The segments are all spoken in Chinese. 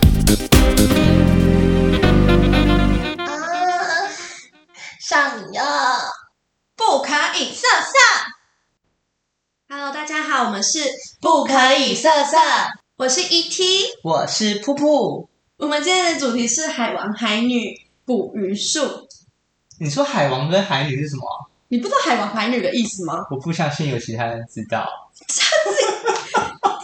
们是不可以色色。我是 E ET，我是噗噗。我们今天的主题是海王海女捕鱼术。你说海王跟海女是什么啊？你不知道海王海女的意思吗？我不相信有其他人知道。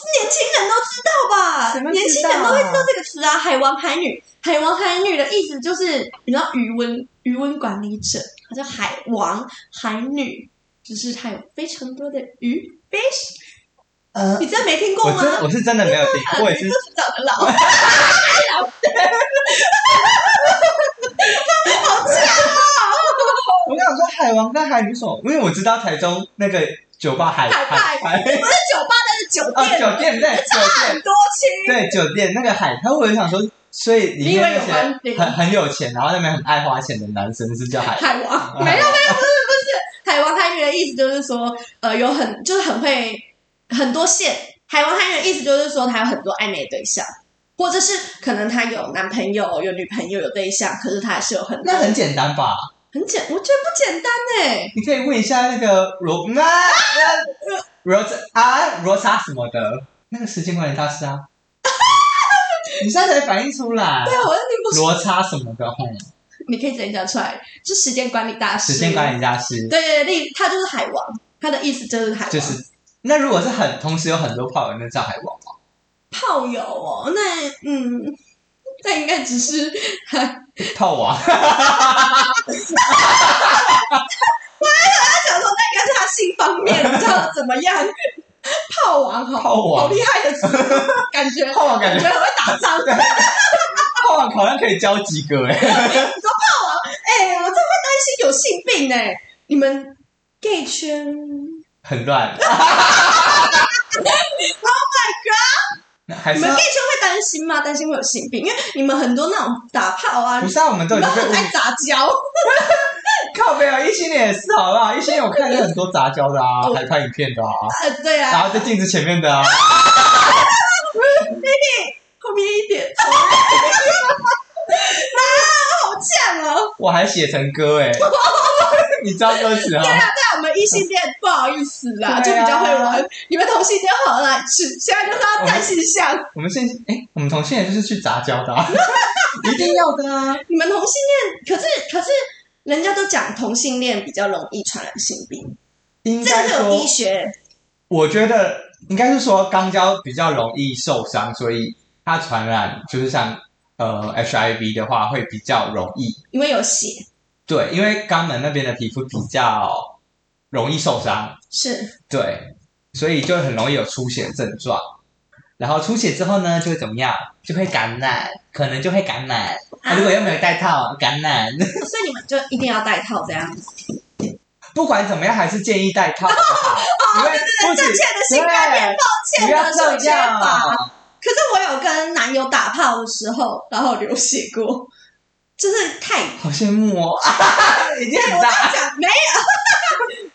年轻人都知道吧？谁会知道啊年轻人都会知道这个词啊。海王海女，海王海女的意思就是，你知道渔温渔温管理者，他叫海王海女，就是他有非常多的鱼 fish。呃，你真的没听过我吗？真我是真的没有听，我也 是你就是长得老，好我想说海王跟海女什么？因为我知道台中那个酒吧海海派，海不是酒吧，但是酒 啊店，酒店对酒店很多区。对酒店那个海滩，我就想说，所以里面你以为有关那联些很很有钱，然后那边很爱花钱的男生是叫海海啊王没有没有不是不是海王海女的意思就是说，呃，有很就是很会很多线。海王海女的意思就是说，他有很多暧昧对象，或者是可能他有男朋友、有女朋友、有对象，可是他还是有很多那很简单吧？很简，我觉得不简单哎。你可以问一下那个罗啊呃罗啊罗莎什么的，那个时间管理大师啊，你现在才反应出来对啊，我是听不出。罗莎什么的，哼，你可以直接讲出来，是时间管理大师。时间管理。理大师对对对，他就是海王，他的意思就是海王。就是。那如果是很同时有很多炮友，那叫海王吗？炮友哦，那嗯，那应该只是 炮王，啊想说那应该是他性方面，你知道怎么样？ 炮王好，炮王好厉害的词，感觉 炮王感感觉觉很会打仗。 炮王好像可以交几个哎、哎、我真的会担心有性病哎、你们 gay 圈，My 很乱。Oh my god！还你是啊们要 gay 圈会担心吗？担心会有性病，因为你们很多那种打炮啊，不你是啊？我们都已们经被很污爱杂交。哎靠背啊！一心年也是好不好？一心年我看见很多杂交的啊哦，还拍影片的啊，呃， 对然啊，后在镜子前面的啊，后面一点， 啊，好呛哦！我还写成歌 哎，你知道歌词啊对？啊，对啊，我们异性恋不好意思啦，就对啊比较会玩。你们同性恋好来吃，现在就是要占性向。我们现哎，我们同性恋就是去杂交的，啊，一定要的啊！你们同性恋，可是可是人家都讲同性恋比较容易传染性病，应这该个是有说医，学，我觉得应该是说肛交比较容易受伤，所以它传染就是像呃 HIV 的话会比较容易因为有血对，因为肛门那边的皮肤比较容易受伤，是对，所以就很容易有出血症状。然后出血之后呢，就会怎么样？就会感染，可能就会感染。啊、如果又没有戴套，感染。所以你们就一定要戴套这样子。啊不管怎么样，还是建议戴套好不 好？因哦为不正确的性观念，抱歉不要的是我这缺乏。样。可是我有跟男友打炮的时候，然后流血过，就是太好羡慕哦， 已经很我跟大你讲没有，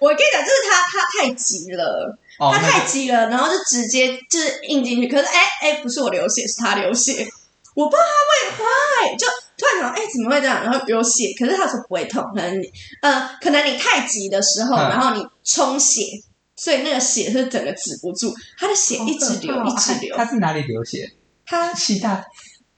我跟你讲，就是他他太急了，哦他。那太急了，然后就直接就是硬进去。可是哎哎、不是我流血，是他流血，我不知道他会坏，就突然想哎、怎么会这样？然后流血，可是他说不会痛，可能你呃可能你太急的时候，嗯然后你充血，所以那个血是整个止不住，他的血一直流好可一怕直流他，是哪里流血？他膝盖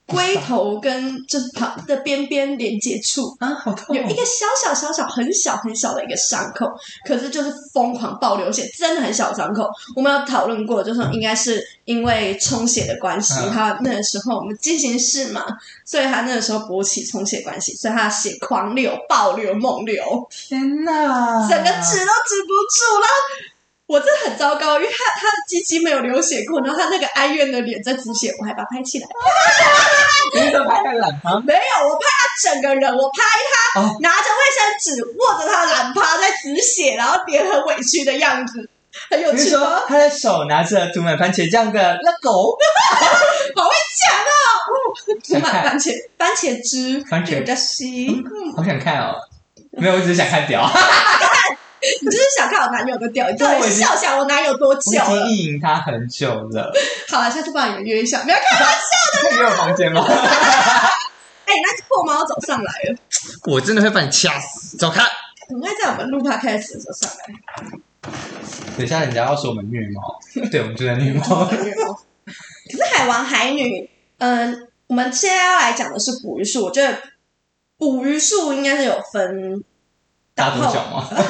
龟头跟就是旁的边边连接处啊，好痛有哦！一个小小小小很小很小的一个伤口，可是就是疯狂爆流血，真的很小的伤口。我们有讨论过，就是说应该是因为充血的关系，嗯他那个时候我们进行式嘛，所以他那个时候勃起充血关系，所以他的血狂流、暴流、猛流，天哪，整个止都止不住了。我真的很糟糕，因为他他的鸡鸡没有流血过，然后他那个哀怨的脸在止血，我还把它拍起来。你怎么还在懒吗？没有，我拍他整个人，我拍他、哦拿着卫生纸握着他懒趴在止血，然后脸很委屈的样子，很有 比如趣吗？说，他的手拿着涂满番茄酱的那狗，好会讲啊！ 哦涂满番茄番茄汁，番茄比较稀。嗯 好想看哦。没有，我只是想看 屌。你就是想看我男友的屌，你到对底我已经笑想我男友多我久已经了？意淫他很久了。好了，下次帮你们约一下，没有看到。可以约我房间吗？哎、那只破猫走上来了， 我真的会把你掐死！走开！ 很爱在我们录 podcast 的时候上来。等一下人家要说我们虐猫，对，我们就在虐 猫。可是海王海女，嗯、我们现在要来讲的是捕鱼术，我觉得捕鱼术应该是有分大后中小吗？很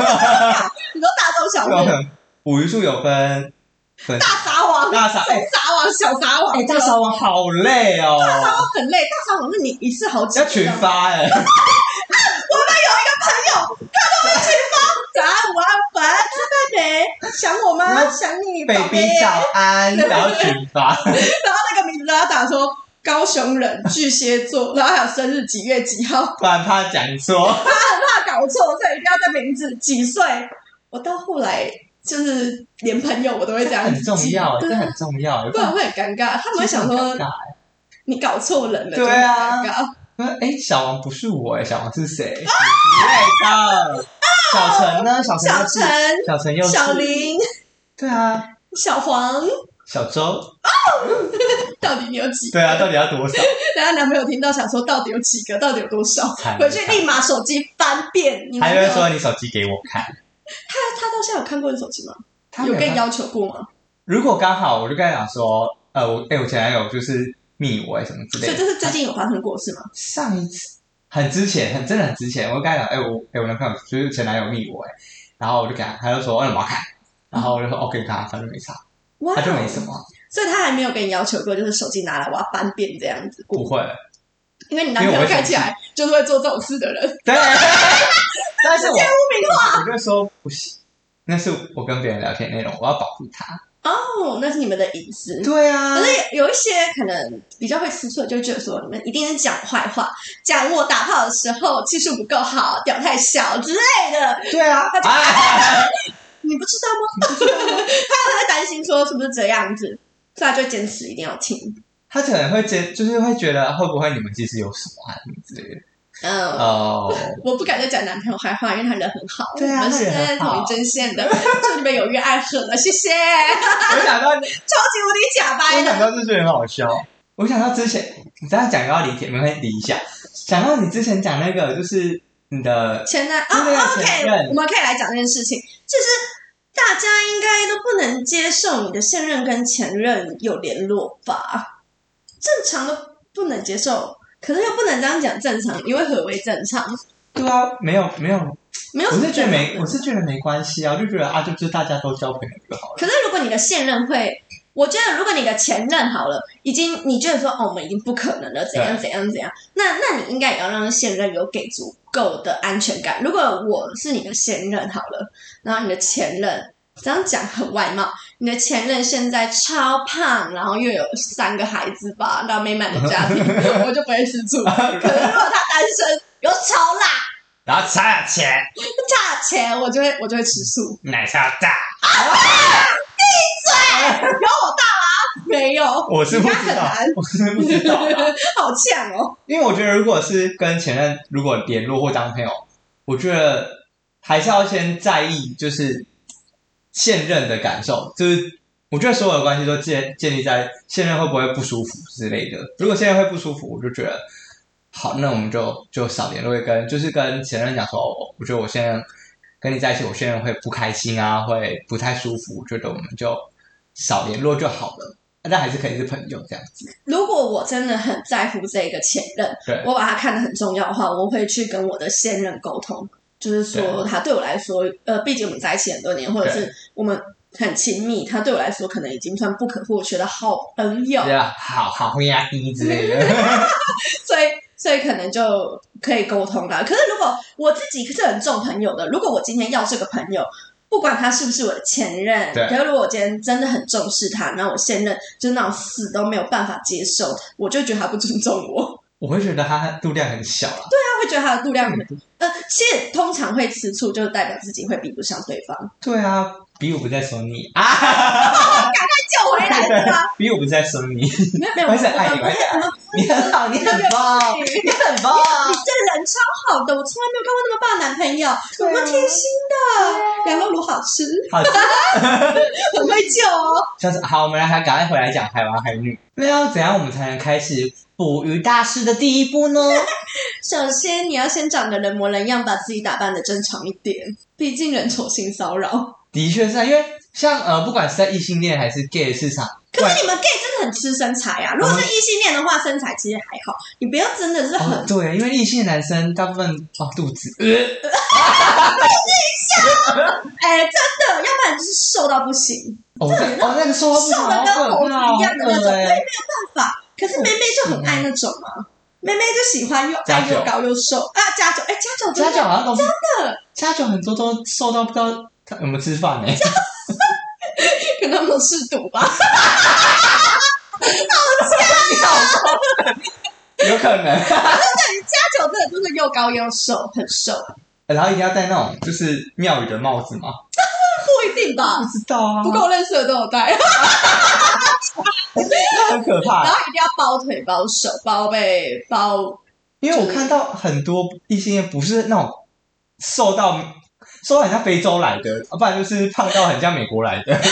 多大中小是不是捕鱼术有分分大撒网、大撒，小撒网、小撒网，哎，大撒网好累哦，网很累，大撒网是你一次好几要个群发我哎，们有一个朋友，他都会群发，早安、午安、晚安，吃饭没？想我吗？那想你，被宝逼贝。早 安，然后群发，然后那个名字都要打说高雄人、巨蟹座，然后还有生日几月几号，不然怕讲错。怕搞错，所以一定要这名字几岁。我到后来就是连朋友我都会这样很重要，记哎这对啊很重 要。不然会很尴尬。他们会想说你搞错人了，对啊就很尴尬哎，小王不是我，哎，小王是啊谁？之类的。小陈呢？小陈小又是，陈、小陈又是啊小，林、对啊，小黄，小周，到底你有几个？对啊，到底要多少？然后男朋友听到想说到底有几个，到底有多少？惨回去立马手机翻遍，你男还朋会友说你手机给我看。他他到现在有看过你手机吗？他有没跟你看要求过吗？如果刚好，我就跟他讲说，呃，我哎，我前男友就是密我哎，什么之所以类这的。是最近有发生过是吗？上一次很之前，很真的很之前，我就跟他讲，哎，我哎，我男朋友就是前男友密我哎，然后我就给他，他就说，嗯，我要看，然后我就说哦 OK，看，反正没差，哇他就没什么，所以他还没有跟你要求过，就是手机拿来我要翻遍这样子不过，会。因为你男朋因为我友会看起来就是会做这种事的人， 对，但是直我接污名化。我就说不行，那是我跟别人聊天内容，我要保护他。哦，那是你们的隐私。对啊可是有一些可能比较会吃醋，就会觉得说你们一定是讲坏话，讲我打炮的时候技术不够好，屌太小之类的，对啊，哎，你不知道吗？ 他会担心说是不是这样子，所以他就坚持一定要听。他可能会觉，就是会觉得会不会你们其实有什么啊什么之类的。嗯，哦，我不敢再讲男朋友坏话，因为他人很好，对啊我们是他人在很同好一阵线的， 祝你们有约爱河了，谢 谢，我 想到，超级无敌假掰我想的，到这就很好笑。我想到之前你这样讲要理解，没关系，理一下。想到你之前讲那个，就是你的，前男啊、对啊 o 前 k 任我们可以来讲这件事情，就是大家应该都不能接受你的现任跟前任有联络吧？正常都不能接受，可是又不能这样讲正常，因为何为正常？对啊，没有没有，没有我什么是觉正得没，常我的是觉得没关系啊，我就觉得啊，就就大家都交朋友就好了。可是如果你的现任会，我觉得如果你的前任好了，已经你觉得说哦，我们已经不可能了，怎样怎样怎样，那那你应该也要让现任有给足够的安全感。如果我是你的现任好了，然后你的前任。这样讲很外貌，你的前任现在超胖，然后又有三个孩子吧，然后美满的家 庭，我就不会吃醋。可是如果他单身又超辣，然后差点钱，差钱，我就会我就会吃醋。奶超大，有我大吗？没有，我是不你知看道很难，我是不知 道。好呛哦！因为我觉得，如果是跟前任如果联络或当朋友，我觉得还是要先在意就是现任的感受，就是我觉得所有的关系都建建立在现任会不会不舒服之类的。如果现任会不舒服，我就觉得好，那我们就就少联络，跟就是跟前任讲说，哦，我觉得我现任跟你在一起，我现任会不开心啊，会不太舒服，我觉得我们就少联络就好了。但还是可以是朋友这样子，如果我真的很在乎这个前任，对我把他看得很重要的话，我会去跟我的现任沟通，就是说他对我来说，呃，毕竟我们在一起很多年，或者是我们很亲密，他对我来说可能已经算不可或缺的好朋友，对啊，好好会压低之类的。所以所以可能就可以沟通啦。可是如果我自己是很重朋友的，如果我今天要这个朋友，不管他是不是我的前任，对可是如果我今天真的很重视他，然后我现任就是那种死都没有办法接受，我就觉得他不尊重我， 我会觉得它度量很小啊啦。他会觉得他的度量很。嗯呃，其实通常会吃醋，就代表自己会比不上对方。 对啊，比我不在说你啊，救回来的 吗？比我不在说你，没有没有，我是爱你我们我们你很好，你很棒，你很棒，你这人超好的，我从来没有看过那么棒的男朋友，对啊有多贴心的，啊羊肉炉好吃，好。很会救哦。下次好，我们来还赶快回来讲海王海女。那要怎样我们才能开始捕鱼大师的第一步呢？ 首先，你要先长得人模人样，把自己打扮的正常一点。毕竟人丑性骚扰，的确是啊，因为像呃，不管是在异性恋还是 gay 市场，可是你们 gay 真的很吃身材啊！如果是异性恋的话，身材其实还好，你不要真的是很哦，对，因为异性男生大部分哦肚子，呃，哎、真的，要不然就是瘦到不行，哦对哦那个瘦到不行瘦的跟猴子一样的那好可种，对，没有怕嗯哦办法。可是妹妹就很爱那种啊，妹妹就喜欢又加矮九又高又瘦啊，加九，哎、加九真家的教好像都真的，家教很多都瘦到不知道他有没有吃饭 呢、可能我试毒吧，有可能。 加九真的就是又高又瘦，很瘦，然后一定要戴那种就是庙宇的帽子吗？不一定吧不？知道啊，不够认识的都有戴，很可然怕。后一定要包腿、包手、包背、包因为我看到很多异性恋不是那种瘦到瘦到很像非洲来的，啊不然就是胖到很像美国来 的，现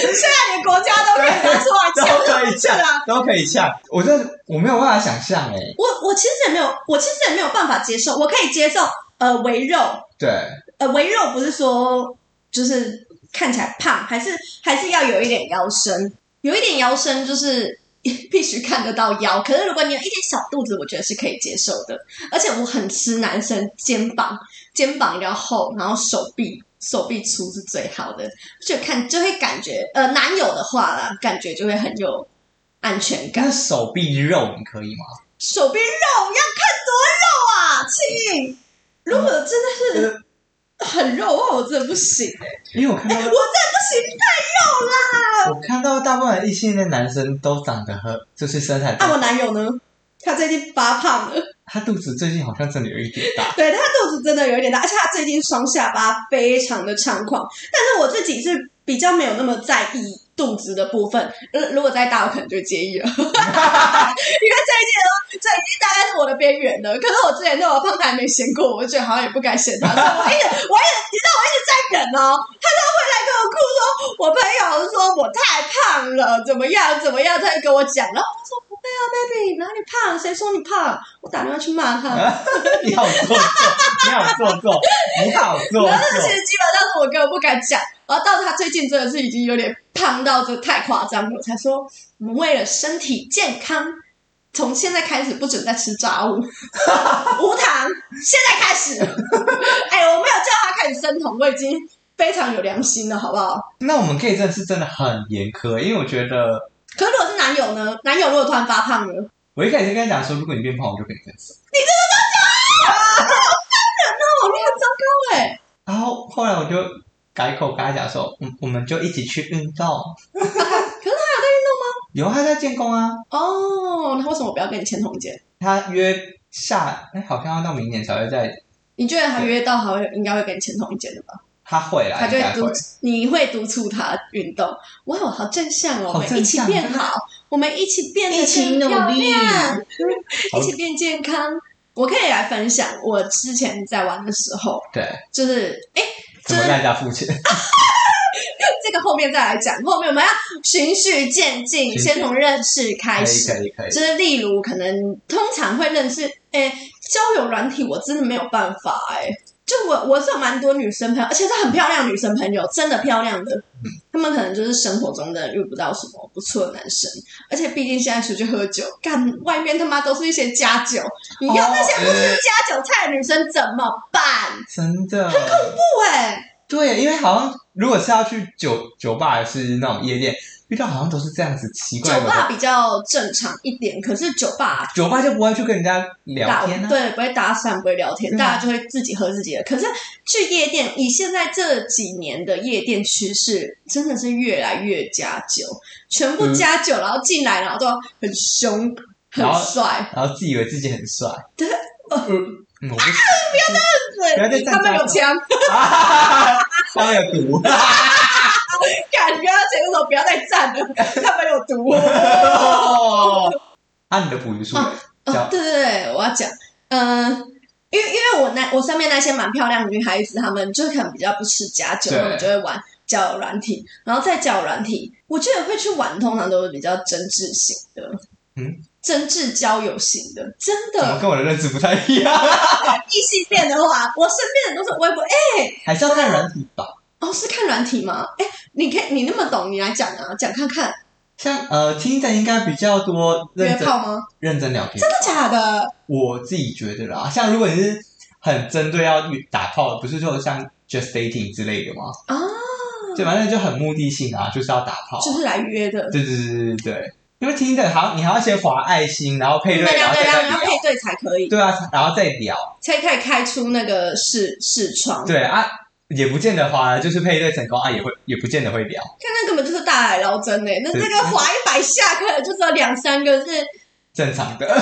在连国家都可以拿出来都可讲，以是呛啊。，都可以呛。我真的我没有办法想象哎、我我其实也没有，我其实也没有办法接受，我可以接受呃围肉，对，呃围肉不是说就是看起来胖，还是还是要有一点腰身，有一点腰身就是 必须看得到腰。可是如果你有一点小肚子，我觉得是可以接受的。而且我很吃男生肩膀，肩膀要厚，然后手臂。手臂粗是最好的，就看就会感觉，呃，男友的话啦，感觉就会很有安全感但。是手臂肉你可以吗？手边肉要看多肉啊，亲！如果真的是很肉的话，我真的不行、欸，因为我看我真的到不我看到大部分的异性恋男生都长得很就是身行。材啊，我男友呢？他最近发胖了，他肚子最近好像真的有一点大，对他肚子真的有一点大，而且他最近双下巴非常的猖狂。但是我自己是比较没有那么在意肚子的部分，呃如果再大我可能就介意了， 因为这一届呢，这已经大概是我的边缘了。可是我之前对我胖他还没嫌过，我就觉得好像也不敢嫌他， 所以我一直我一直你知道我一直在忍哦，跟我哭说，我朋友说我太胖了，怎么样怎么样，他就跟我讲，然后我就说不会啊，baby，哪里胖？谁说你胖？我打电话去骂他。 你好做作，你好做作，你好 做然后那其作。实基本上是我根本不敢讲，然后到他最近真的是已经有点胖到这太夸张了，我才说我们为了身体健康，从现在开始不准再吃炸物，无糖，现在开始。哎、我没有叫他开始生酮，我已经非常有良心了，好不好？那我们 gay 真的是真的很严苛，因为我觉得可是如果是男友呢？男友如果突然发胖了，我一开始就跟他讲说，如果你变胖，我就跟你分手。哦，你很糟糕哎、然后后来我就改口跟他讲说，嗯，我们就一起去运 动。可是他有啊他在建工啊，还有在运动吗？哦，那为什么我不要跟你签同间？他约下，哎，好像要到明年才会在，你觉得他约到还会应该会跟你签同间的吧？他会啦，他就会应该督会。，你会督促他运动。哇，好正向哦，我好们一正起向变好，我们一起变得一起更努漂力亮好一起变健康。我可以来分享我之前在玩的时候，对，就是哎，就怎么是跟人家付钱？这个后面再来讲，后面我们要循序渐进，循序先从认识可开以始。可以可以，就是例如，可能通常会认识，诶、交友软体我真的没有办法、诶就我我是有蛮多女生朋友，而且是很漂亮的女生朋友，真的漂亮的，她们可能就是生活中真的遇不到什么不错的男生，而且毕竟现在出去喝酒，干外面他妈都是一些家酒，你要那些不吃家酒菜的女生怎么办？真的。不、诶对，因为好像如果是要去酒酒吧，还是那种夜店，遇到好像都是这样子奇怪酒的。吧比较正常一点，可是酒吧酒吧就不会去跟人家聊打天啊。对，不会搭讪，不会聊天，对啊大家就会自己喝自己的。可是去夜店，以现在这几年的夜店趋势，真的是越来越加酒，全部加酒，然后进来，然后都很凶、很嗯然后帅。然后自以为自己很帅。 对哦嗯，嗯我不不要再对，站他们着有枪， 啊，他们有毒。感觉而且那种不要再站了，他们有毒。啊，你的捕鱼术嘞哦叫，对对对，我要讲，嗯、因为因为我那我身边那些蛮漂亮的女孩子，她们就可能比较不吃假酒，对她们就会玩交友软体，然后在交友软体，我觉得会去玩，通常都是比较真挚型的，嗯，真挚交友型的，真怎么的跟我的认知不太哦一样？异性恋的话，我身边的都是微博，哎、还是要看软体吧。哦，是看软体吗？哎，你可以，你那么懂，你来讲啊，讲看看像呃，听的应该比较多约认真炮吗？认真聊天，真的假的？我自己觉得啦。像如果你是很针对要打炮的，不是说像 just dating 之类的吗？啊， 对，反正就很目的性啊，就是要打炮啊。就是来约的。对对对对对对，因为听的好，你还要先划爱心，然后配对，对然啊，后对再啊，你要聊配对才可以，对啊，然后再聊，才可以开出那个视视窗。对啊，也不见得划了，就是配对成功啊，也会也不见得会聊。看那根本就是大海捞针哎、那对那个划一百下，可能就只有两三个是正常的，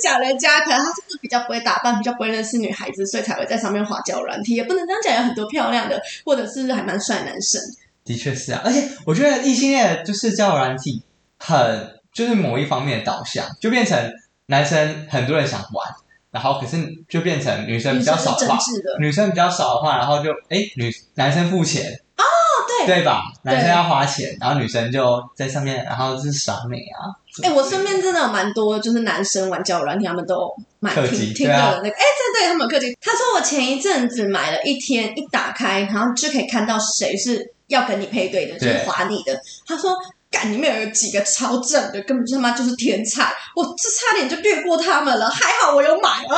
讲人家，可能他就是比较不会打扮，比较不会认识女孩子，所以才会在上面滑交友软体。也不能这样讲，有很多漂亮的，或者是还蛮帅的男生。的确是啊，而且我觉得异性恋就是交友软体很就是某一方面的导向，就变成男生很多人想玩，然后可是就变成女生女比生较是少真话，挚的，女生比较少的话，然后就哎女男生付钱。哦对，对吧？对男生要花钱，然后女生就在上面，然后是赏美啊。哎、我身边真的有蛮多，就是男生玩交友软体，他们都买氪听金听对啊到的那个，哎、对对，他们有氪金。他说我前一阵子买了一天，一打开，然后就可以看到谁是要跟你配对的，就对是划你的。他说。干，里面有几个超正的，根本就他妈就是天才，我这差点就略过他们了，还好我有买啊！我 就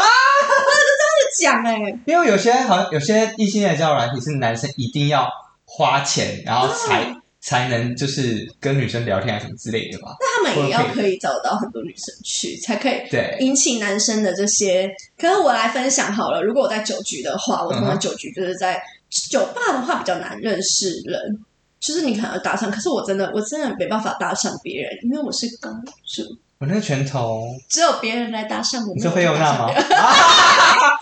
这样子讲哎、因为有些好像有些异性恋交友软体是男生一定要花钱，然后才、嗯才能就是跟女生聊天啊什么之类的吧。那他们也要 OK 可以找到很多女生去，才可以对，引起男生的这些。可是我来分享好了，如果我在酒局的话，我通嗯常哼酒局就是在酒吧的话比较难认识人，就是你可能要搭讪，可是我真的我真的没办法搭讪别人，因为我是公主，我那个拳头，只有别人来搭讪我。没你说有费用搭大讪 吗别人？啊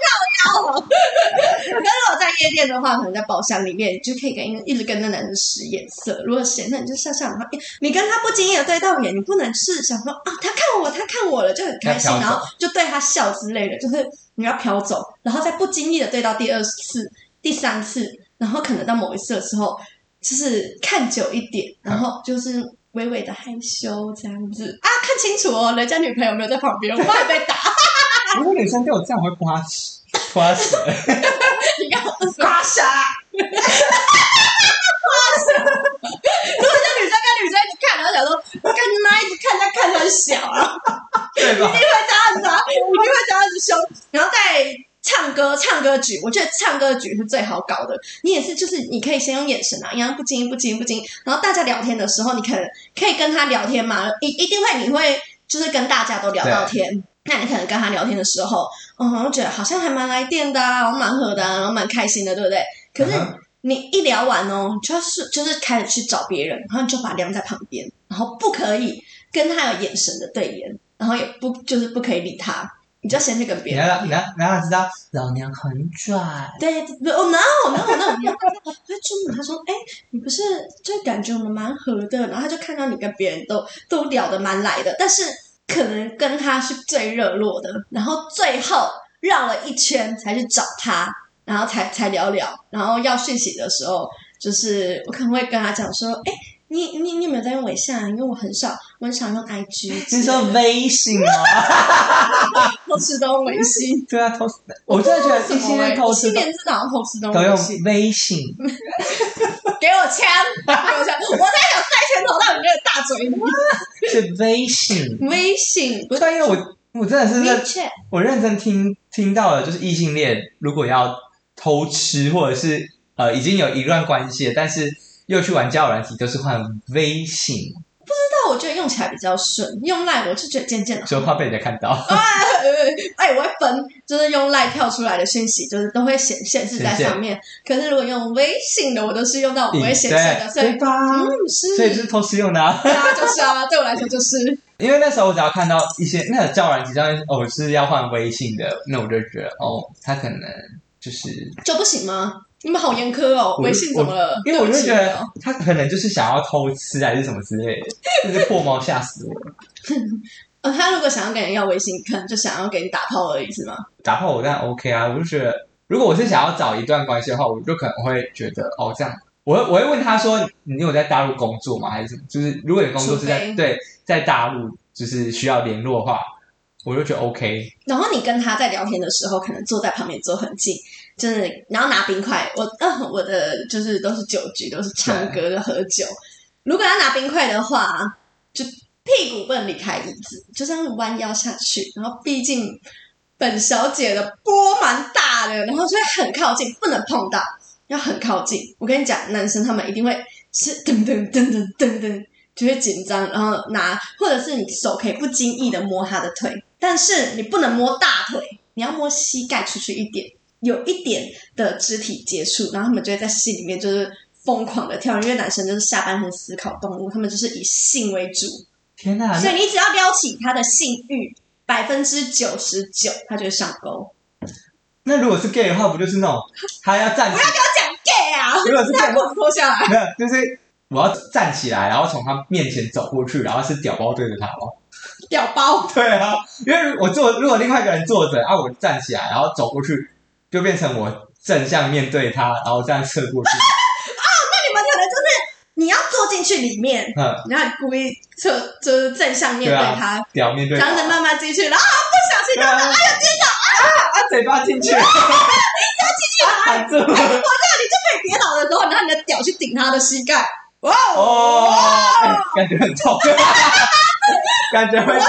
如果在夜店的话，可能在包厢里面，你就可以跟一直跟那男生使眼色。如果谁，那你就笑笑，然后诶你跟啊他不经意的对到眼，你不能是想说啊，他看我，他看我了，就很开心，要然飘走后就对他笑之类的，就是你要飘走，然后再不经意的对到第二次、第三次，然后可能到某一次的时候，就是看久一点，然后就是。微微的害羞这样子啊，看清楚哦，人家女朋友没有在旁边，我怕你被打。如果女生对我这样，我会花死花死。 你要刮痧， 如果像女生跟女生一直看，然后想说，干你妈一直看她看得很小啊，对吧？一定会这样子啊，一定会这样子凶，然后再。唱歌，唱歌局，我觉得唱歌局是最好搞的。你也是，就是你可以先用眼神啊，然后不经意、不经意、不经意，然后大家聊天的时候，你可能可以跟他聊天嘛，一一定会，你会就是跟大家都聊到天。那你可能跟他聊天的时候，嗯，我觉得好像还蛮来电的啊，然后蛮合的、啊，然后蛮开心的，对不对？可是嗯哼你一聊完哦，你就是就是开始去找别人，然后你就把他晾在旁边，然后不可以跟他有眼神的对眼，然后也不就是不可以理他，你就要先去跟别你人。要你要你要知道，老娘很拽。对，不哦，no no no，你要跟他 他就问他说，哎、你不是就感觉我们蛮合的，然后他就看到你跟别人都都聊得蛮来的，但是可能跟他是最热络的，然后最后绕了一圈才去找他，然后才才聊聊，然后要讯息的时候，就是我可能会跟他讲说，哎、你你你有没有在用微信啊？因为我很少，我很少用 IG， 是 说微信啊吗？偷吃都用微 信。对啊，偷 我真的觉得异性恋偷吃新都年至少偷吃都都用用微信。微信。给我枪！给我枪！我在想塞拳头到你那个大嘴里。是 微信。微信不对是啊，因为我我真的是认 WeChat，我认真听听到了，就是异性恋如果要偷吃或者是呃已经有一段关系了，但是又去玩交友软体，都是换微信，但我觉得用起来比较顺，用赖我是觉得渐渐的。 就怕被人家看到。哦哎，我会分，就是用赖跳出来的讯息，就是都会显显示在上面。可是如果用微信的，我都是用到我 不会显示的，所对以对吧？嗯，所以就是是偷吃用的、啊。对啊，就是啊，对我来说就是因为那时候我只要看到一些那个交友软体上面哦是要换微信的，那我就觉得哦，他可能就是就不行吗？你们好严苛哦，我微信怎么了？ 因为我对就不起觉得他可能就是想要偷吃还是什么之类的，就是破猫吓死我。呃，他如果想要跟人要微信，可能就想要给你打炮而已，是吗？打炮我当然 OK 啊，我就觉得，如果我是想要找一段关系的话，我就可能会觉得哦这样，我会我会问他说你有在大陆工作吗？还是什么？就是如果你工作是在除非对在大陆就是需要联络的话，我就觉得 OK。然后你跟他在聊天的时候，可能坐在旁边坐很近，就是然后拿冰块，我呃我的就是都是酒局，都是唱歌就喝酒。如果要拿冰块的话，就屁股不能离开椅子，就这样弯腰下去。然后毕竟本小姐的波蛮大的，然后就会很靠近，不能碰到，要很靠近。我跟你讲，男生他们一定会是噔噔噔噔噔噔，就会紧张，然后拿或者是你手可以不经意的摸他的腿，但是你不能摸大腿，你要摸膝盖出去一点，有一点的肢体接触，然后他们就会在戏里面就是疯狂的跳，因为男生就是下半身思考动物，他们就是以性为主，天哪、所以啊那你只要撩起他的性欲，百分之九十九他就会上钩。那如果是 gay 的话，不就是那种他要站 起不要给我讲 gay 啊！如果是 gay 他裤子脱下来，没有， 就是我要站起来，然后从他面前走过去，然后是屌包对着他吗？屌包， 对啊，因为我坐，如果另外一个人坐着，啊，我站起来，然后走过去，就变成我正向面对他，然后这样侧 过去。那你们可能就是你要坐进去里面，嗯，然后你故意侧就是正向面对啊他，屌面对然后再慢慢进去，然后不小心对啊，哎呀，啊，嘴巴进去， 啊你 要进去，含住，被跌倒的时候，然后你的屌去顶他的膝盖，哇哦，哎感觉很 痛，感觉会痛，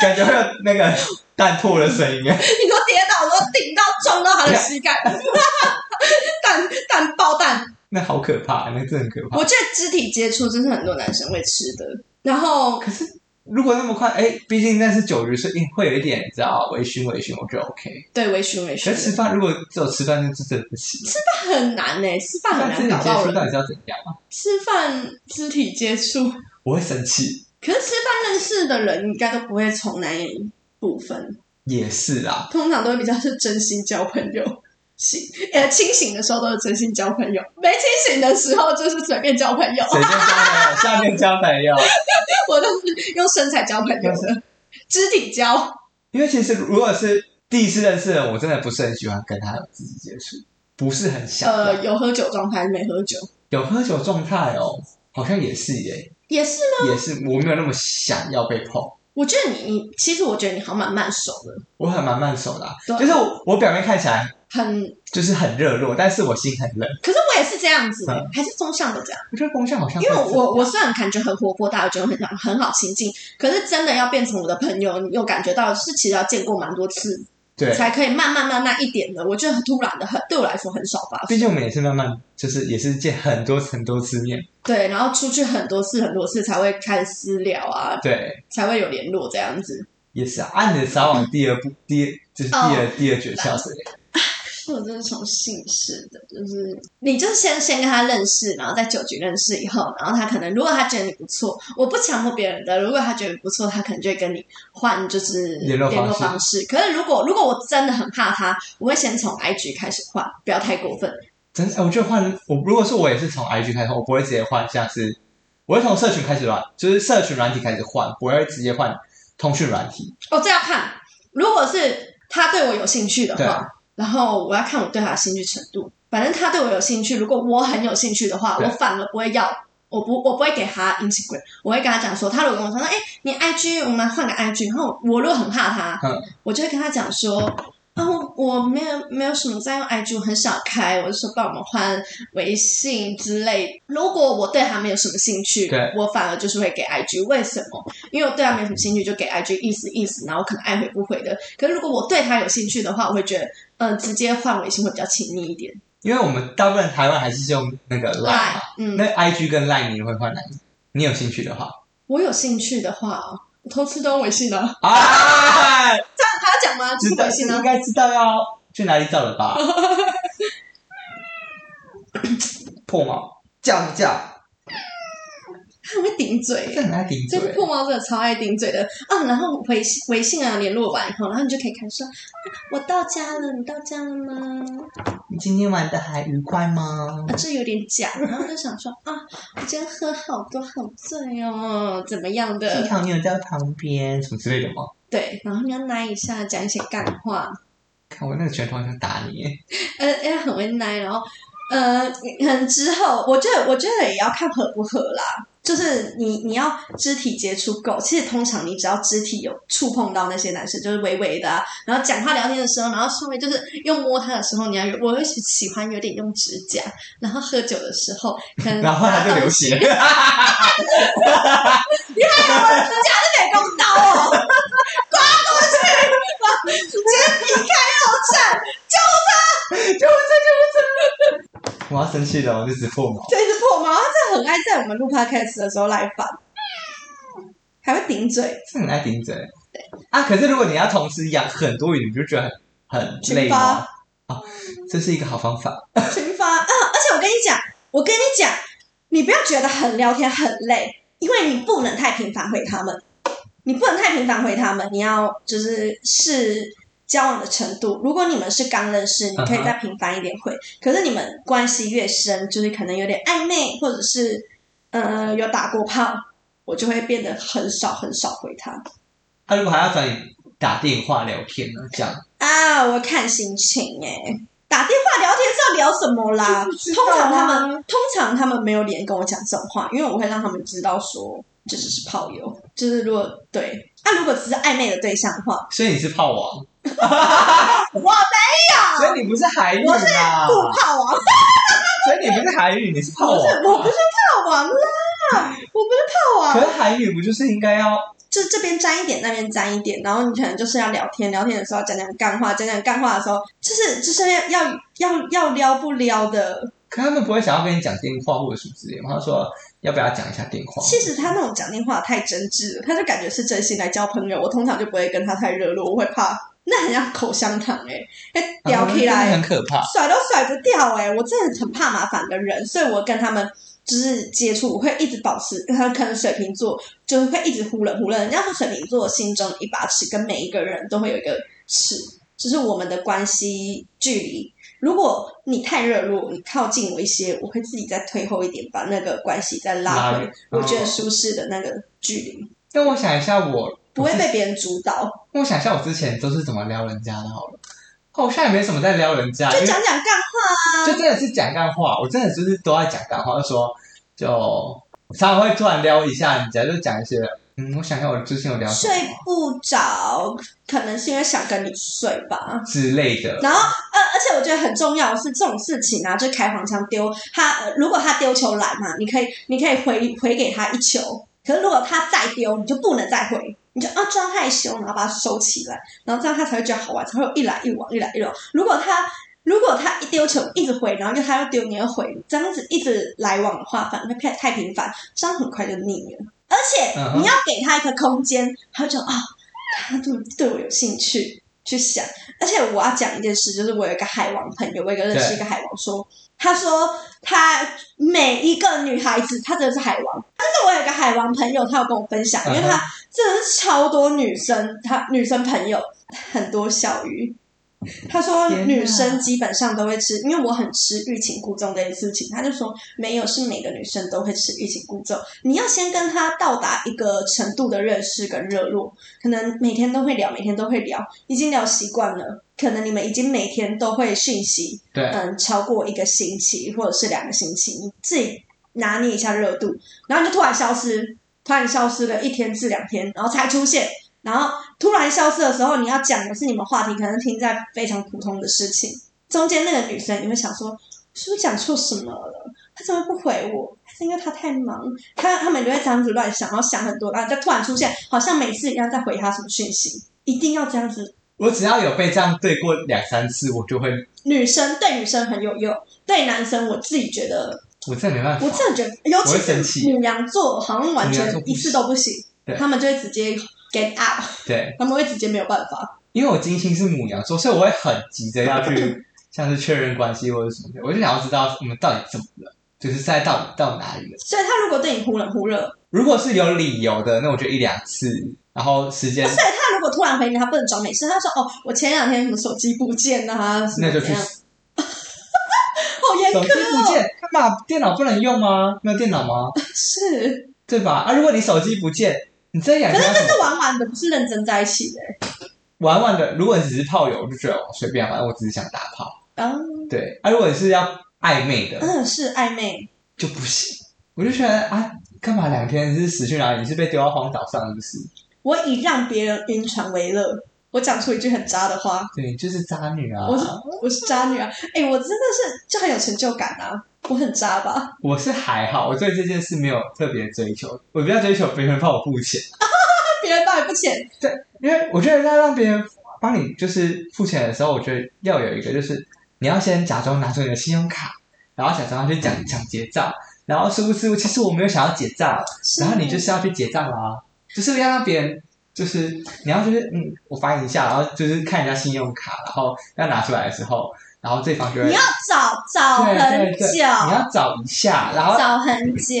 感觉会有那个蛋破的声音， 你说跌倒的时候顶到撞到他的膝盖， 蛋蛋爆蛋。那好可怕，那真的很可怕。我觉得肢体接触真是很多男生会吃的，然后可是如果那么快，哎，毕竟那是酒局，所以会有一点，你知道，微醺微醺，我觉得 OK。对微醺微醺可是吃饭，如果只有吃饭，那是真的不行。很难呢、吃饭那很肢体难搞接到触人，到底是要怎样啊？吃饭肢体接触， 我会生气，可是吃饭认识的人应该都不会从那一部分。也是啦。通常都会比较是真心交朋友。醒呃清醒的时候都是真心交朋友，没清醒的时候就是随便交朋友。谁先交朋友，下面交朋友。 我都是用身材交朋友的，肢体交。 因为其实如果是第一次认识的人，我真的不是很喜欢跟他有肢体接触，不是很想。呃，有喝酒状态还是没喝酒？有喝酒状态哦，好像也是耶，也是吗？也是我没有那么想要被碰。我觉得你你其实我觉得你好像蛮慢熟的，我很蛮慢手的啊、对就是我我表面看起来很。就是很热络，但是我心很冷。可是我也是这样子欸嗯，还是风向的这样。我觉得风向好像因为会这样我我虽然感觉很活泼，大家觉得很很好亲近，可是真的要变成我的朋友，你有感觉到是其实要见过蛮多次对，才可以慢慢慢慢一点的。我觉得很突然的很，对我来说很少发毕生。竟我们也是慢慢，就是也是见很多很多次面，对，然后出去很多次很多次才会开始私聊啊，对，才会有联络这样子。也是啊。按你的撒网第二步，第二就是第二、第二诀窍哦是，我真的从姓氏的，就是你就先先跟他认识，然后在酒局认识以后，然后他可能如果他觉得你不错，我不强迫别人的，如果他觉得你不错，他可能就会跟你换就是联络方式方式。可是如果如果我真的很怕他，我会先从 IG 开始换，不要太过分。真哎我觉得换我如果是我也是从 IG 开始换，我不会直接换，像是我会从社群开始换，就是社群软体开始换，不会直接换通讯软体。哦，这要看，如果是他对我有兴趣的对话，然后我要看我对他的兴趣程度。反正他对我有兴趣，如果我很有兴趣的话，对我反而不会要，我不我不会给他 Instagram，我会跟他讲说，他如果跟我说，哎、你 IG 我们换个 IG，然后我如果很怕他，嗯我就会跟他讲说，啊，我我没有没有什么在用 IG，我很少开，我就说帮我们换微信之类。如果我对他没有什么兴趣对，我反而就是会给 IG，为什么？因为我对他没什么兴趣，就给 IG 意思意思，然后可能爱回不回的。可是如果我对他有兴趣的话，我会觉得，嗯、直接换微信会比较亲密一点。因为我们大部分台湾还是用那个 Line，嘛、嗯，那 IG 跟 Line 你会换哪一个？你有兴趣的话我有兴趣的话，哦我偷吃都用微信了、啊。啊，他要讲吗？知是道微信应呢？该知道要去哪里找了 吧？破毛叫你叫，他很会顶嘴这。很难顶这个嘴。破猫真的超爱顶嘴的啊！然后微信微信啊联络完以后，然后你就可以看说，啊我到家了，你到家了吗？你今天玩的还愉快吗啊，？这有点假。然后就想说啊，我今天喝好多，好醉哦，怎么样幸的？好你有在旁边，什么之类的吗？对，然后你要奶一下，讲一些干话，看我那个拳头好想打你耶，呃，哎，很会奶，然后呃，很之后，我觉得我觉得也要看合不合啦。就是你你要肢体接触够，其实通常你只要肢体有触碰到那些男生，就是微微的、啊，然后讲话聊天的时候，然后稍微就是用摸他的时候，你要有我会喜欢有点用指甲，然后喝酒的时候可能然后他就流血，美工刀哦， 刮过去，把直接皮开肉绽， 我要生气了，我就直破毛。这只破猫，它真的很爱在我们录 podcast 的时候来烦，还会顶嘴，是很爱顶嘴。啊，可是如果你要同时养很多鱼，你不就觉得很很累吗？啊，这是一个好方法。群发啊！而且我跟你讲，我跟你讲，你不要觉得很聊天很累，因为你不能太频繁回他们，你不能太频繁回他们，你要就是是。交往的程度，如果你们是刚认识，你可以再频繁一点回。可是你们关系越深，就是可能有点暧昧，或者是呃有打过炮，我就会变得很少很少回他。他、如果还要找你打电话聊天呢，这样啊，我看心情哎、打电话聊天是要聊什么啦？道通啊常他们通常他们没有脸跟我讲这种话，因为我会让他们知道说这只是炮友，就是如果对，那、如果只是暧昧的对象的话，所以你是炮王，我没有，所以啊你不是海运我是啦，不炮王，所以你不是海运，你是炮我哦王。是我不是炮王啊啦，我不是炮王可，是海运不就是应该要就这边沾一点，那边沾一点，然后你可能就是要聊天，聊天的时候讲讲干话，讲讲干话的时候，就是就是要要要要撩不撩的可他们不会想要跟你讲电话或者什么之类吗？他说要不要讲一下电话？啊其实他那种讲电话太真挚了，他就感觉是真心来交朋友。我通常就不会跟他太热络，我会怕，那很像口香糖哎、欸，啊聊起真的来、很可怕。甩都甩不掉哎、我真的很怕麻烦的人，所以我跟他们就是接触，我会一直保持。他可能水瓶座就是会一直忽冷忽热，人家说水瓶座心中一把尺，跟每一个人都会有一个尺，就是我们的关系距离。如果你太热络，你靠近我一些，我会自己再退后一点，把那个关系再拉拉回远我觉得舒适的那个距离，啊但我想一下我，不会被别人主导，我想一下我之前都是怎么撩人家的好了。好像也没什么在撩人家，就因为讲讲干话啊。就真的是讲干话，我真的就是都在讲干话，就说就常常会突然撩一下人家，就讲一些嗯，我想想我之前有聊什么睡不着，可能是因为想跟你睡吧。之类的，然后，呃，而且我觉得很重要的是这种事情啊，就是开黄腔丢他、呃如果他丢球来嘛，你可以，你可以回回给他一球。可是如果他再丢，你就不能再回，你就啊装害羞，然后把它收起来，然后这样他才会觉得好玩，才会有一来一往，一来一往。如果他如果他一丢球一直回，然后又他又丢，你又回，这样子一直来往的话，反而会太太频繁，这样很快就腻了。而且嗯哼你要给他一个空间，他就啊，他对对我有兴趣去想。而且我要讲一件事，就是我有一个海王朋友，我有一个认识对一个海王说，他说他每一个女孩子，他真的是海王。但是我有一个海王朋友，他有跟我分享，因为嗯他真的是超多女生，他女生朋友很多小鱼。 他说天哪女生基本上都会吃，因为我很吃欲擒故纵这件事情。他就说没有，是每个女生都会吃欲擒故纵。你要先跟他到达一个程度的认识跟热络，可能每天都会聊，每天都会聊，已经聊习惯了。可能你们已经每天都会讯息，对，嗯，超过一个星期或者是两个星期，你自己拿捏一下热度，然后你就突然消失，突然消失了一天至两天，然后才出现。然后突然消失的时候，你要讲的是你们话题可能停在非常普通的事情，中间那个女生你会想说，是不是讲错什么了？她怎么不回我？还是因为她太忙？她他们就会这样子乱想，然后想很多，然后再突然出现，好像每次一样在回她什么讯息，一定要这样子我只要有被这样对过两三次，我就会，女生对女生很有用，对男生我自己觉得，我真的没办法，我真的觉得，尤我会生其是气母羊座，好像完母羊座全不一行次都不行，对他们就会直接 get out，对，他们会直接没有办法。因为我金星是母羊座，所以我会很急着要去像是确认关系或者什么的，我就想要知道我们到底怎么了，就是在到底到哪里了。所以他如果对你忽冷忽热，如果是有理由的，那我就一两次，然后时间所以他如果突然回你，他不能装没事，他说哦，我前两天什么手机不见啊，什么那就怎去样，哎好严哦手苛机不见，干嘛？电脑不能用吗？没有电脑吗？是，对吧？啊，如果你手机不见，你这两可天是要这怎么是玩玩的，不是认真在一起的。玩玩的？如果你只是炮友，我就觉得我随便玩，我只是想打炮。啊，对，啊，如果你是要暧昧的，嗯，是暧昧，就不行。我就觉得啊，干嘛两天？你是死去哪里？你是被丢到荒岛上是不是？我以让别人晕船为乐。我讲出一句很渣的话，对，就是渣女啊！我是我是渣女啊！哎、我真的是就很有成就感啊！我很渣吧？我是还好，我对这件事没有特别追求，我比较追求别人帮我付钱，那别人帮你付钱，因为我觉得要让别人帮你就是付钱的时候，我觉得要有一个就是你要先假装拿出你的信用卡，然后假装要去讲讲结账，然后殊不知其实我没有想要结账，是然后你就是要去结账啦、就是要让别人，就是你要就是嗯，我翻一下，然后就是看一下信用卡，然后要拿出来的时候，然后对方就会你要 找找很对对久对，，你要找一下，然后找很久，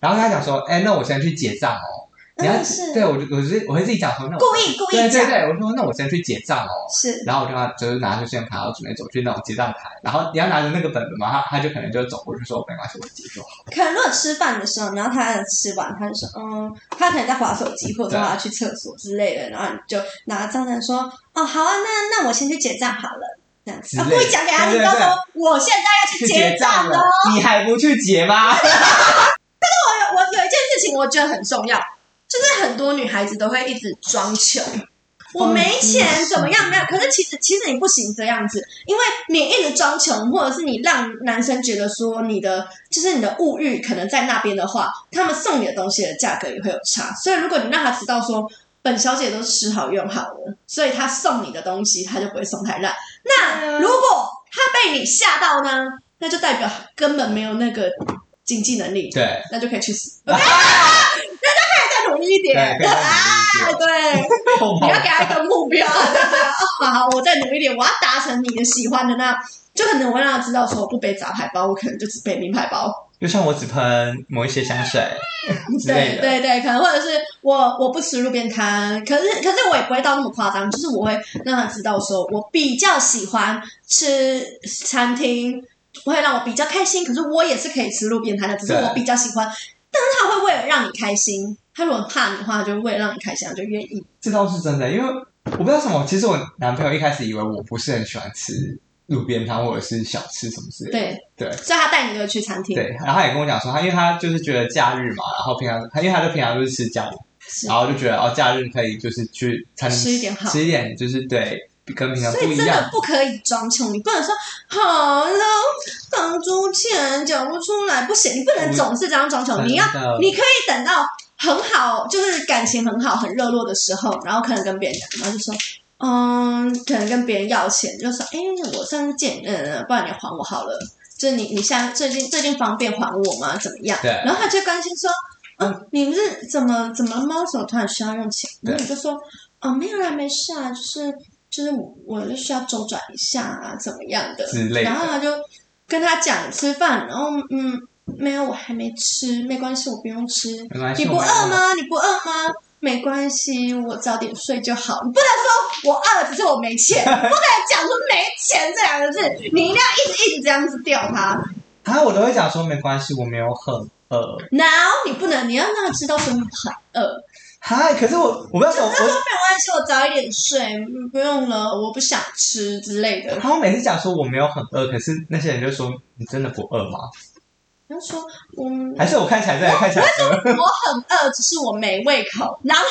然后跟他讲说，哎，那我先去结账哦。你要、嗯是对我就我是我会自己讲说，那我故意故对意对讲对，我说那我先去结账哦。是然后我就要就是拿着信用卡，然后准备走去那种结账台，然后你要拿着那个本本嘛，他他就可能就走过去说没关系，我结就好。可能如果吃饭的时候，然后他吃完，他就说，嗯，他可能在划手机，或者说对他去厕所之类的，然后你就拿账单说，哦，好啊，那那我先去结账好了，这样子，之啊，类的故意讲给他听，对对对到时候我现在要去结账了了。，你还不去结吗？我我有一件事情我觉得很重要，就是很多女孩子都会一直装穷。我没钱哦怎么样？没有，可是其实其实你不行这样子，因为你一直装穷，或者是你让男生觉得说你的就是你的物欲可能在那边的话，他们送你的东西的价格也会有差。所以如果你让他知道说本小姐都吃好用好了，所以他送你的东西他就不会送太烂。那如果他被你吓到呢，那就代表根本没有那个经济能力，对那就可以去死。 啊、那就可以再努力一对，点。可 以让你理啊，解对， 我 你要给他一个目标，对不对？哦好，我再努力一点，我要达成你的喜欢的那。就可能我会让他知道，说我不背杂牌包，我可能就只背名牌包。就像我只喷某一些香水之对类的，对对，可能或者是我我不吃路边摊，可是可是我也不会到那么夸张，就是我会让他知道，说我比较喜欢吃餐厅，会让我比较开心。可是我也是可以吃路边摊的，只是对我比较喜欢。但是他会为了让你开心，他如果怕你的话，就为了让你开心，他就愿意。这倒是真的，因为我不知道什么。其实我男朋友一开始以为我不是很喜欢吃路边摊或者是小吃什么之类的，对对所以他带你就去餐厅。对，然后他也跟我讲说，他因为他就是觉得假日嘛，然后平常他因为他就平常就是吃家里，是然后就觉得哦，假日可以就是去餐厅吃一点好吃一点就是对跟平常所不以一真的样。不可以装穷，你不能说好了，房租钱缴不出来，不行，你不能总是这样装穷，哦你要真的你可以等到很好，就是感情很好、很热络的时候，然后可能跟别人讲，然后就说，嗯，可能跟别人要钱，就说，哎，我上次借，嗯，不然你还我好了，就是你你像最近最近方便还我吗？怎么样？对然后他就关心说，嗯，你是怎么怎么猫手突然需要用钱？然后你就说，哦，没有啦，没事啊，就是就是我我就需要周转一下啊，怎么样的？之类然后的，他就跟他讲吃饭，然后嗯，没有，我还没吃，没关系，我不用吃。没关系，你不我们饿？吗？你不饿吗？没关系，我早点睡就好。你不能说我饿了，只是我没 钱，不能讲出没钱这两个字。你一定要一直一直这样子吊他。然后我都会讲说没关系，我没有很饿。 No，你不能，你要让他知道呃说你很饿。嗨，可是我我不知道什么，我没关系，我早一点睡，嗯不用了，我不想吃之类的。他们每次讲说我没有很饿，可是那些人就说你真的不饿吗？他说，嗯，还是我看起来真的看起来饿？ 我很饿，只是我没胃口。然后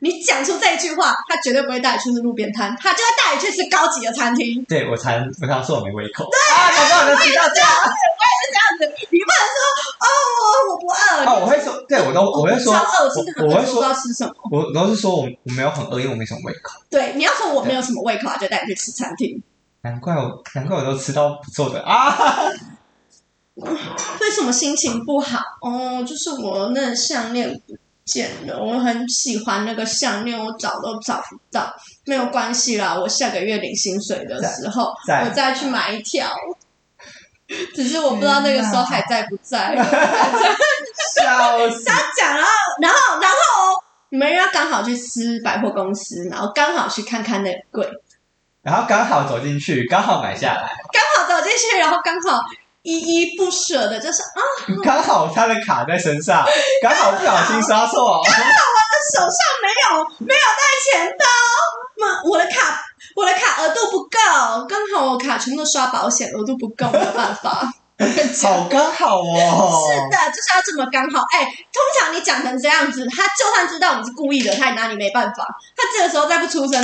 你讲出这句话，他绝对不会带你去吃路边摊，他就会带你去吃高级的餐厅。对我才我常说我没胃口啊，搞不好能吃到这样。是这样子，你不能说哦，我我不饿。 哦，我会说，对我都我会说超饿，我真的很我饿，我会不知道说，吃什么。我都是说我我没有很饿，因为我没什么胃口。对，你要说我没有什么胃口，他就带你去吃餐厅。难怪我难怪我都吃到不错的啊！为什么心情不好？哦，就是我那项链不见了，我很喜欢那个项链，我找都找不到。没有关系啦，我下个月领薪水的时候，在我再去买一条。只是我不知道那个时候还在不在。笑死！ 这样讲，然后然后然后哦你们要刚好去吃百货公司，然后刚好去看看那个柜，然后刚好走进去，刚好买下来，刚好走进去，然后刚好依依不舍的，就是啊，刚好他的卡在身上，刚好不小心刷错，手上没有没有带钱包，哦妈，我的卡我的卡额度不够，刚好我卡全部都刷保险，额度不够，没有办法。我跟你讲好刚好哦。是的，就是要这么刚好。哎、通常你讲成这样子，他就算知道你是故意的，他也拿你没办法。他这个时候再不出声，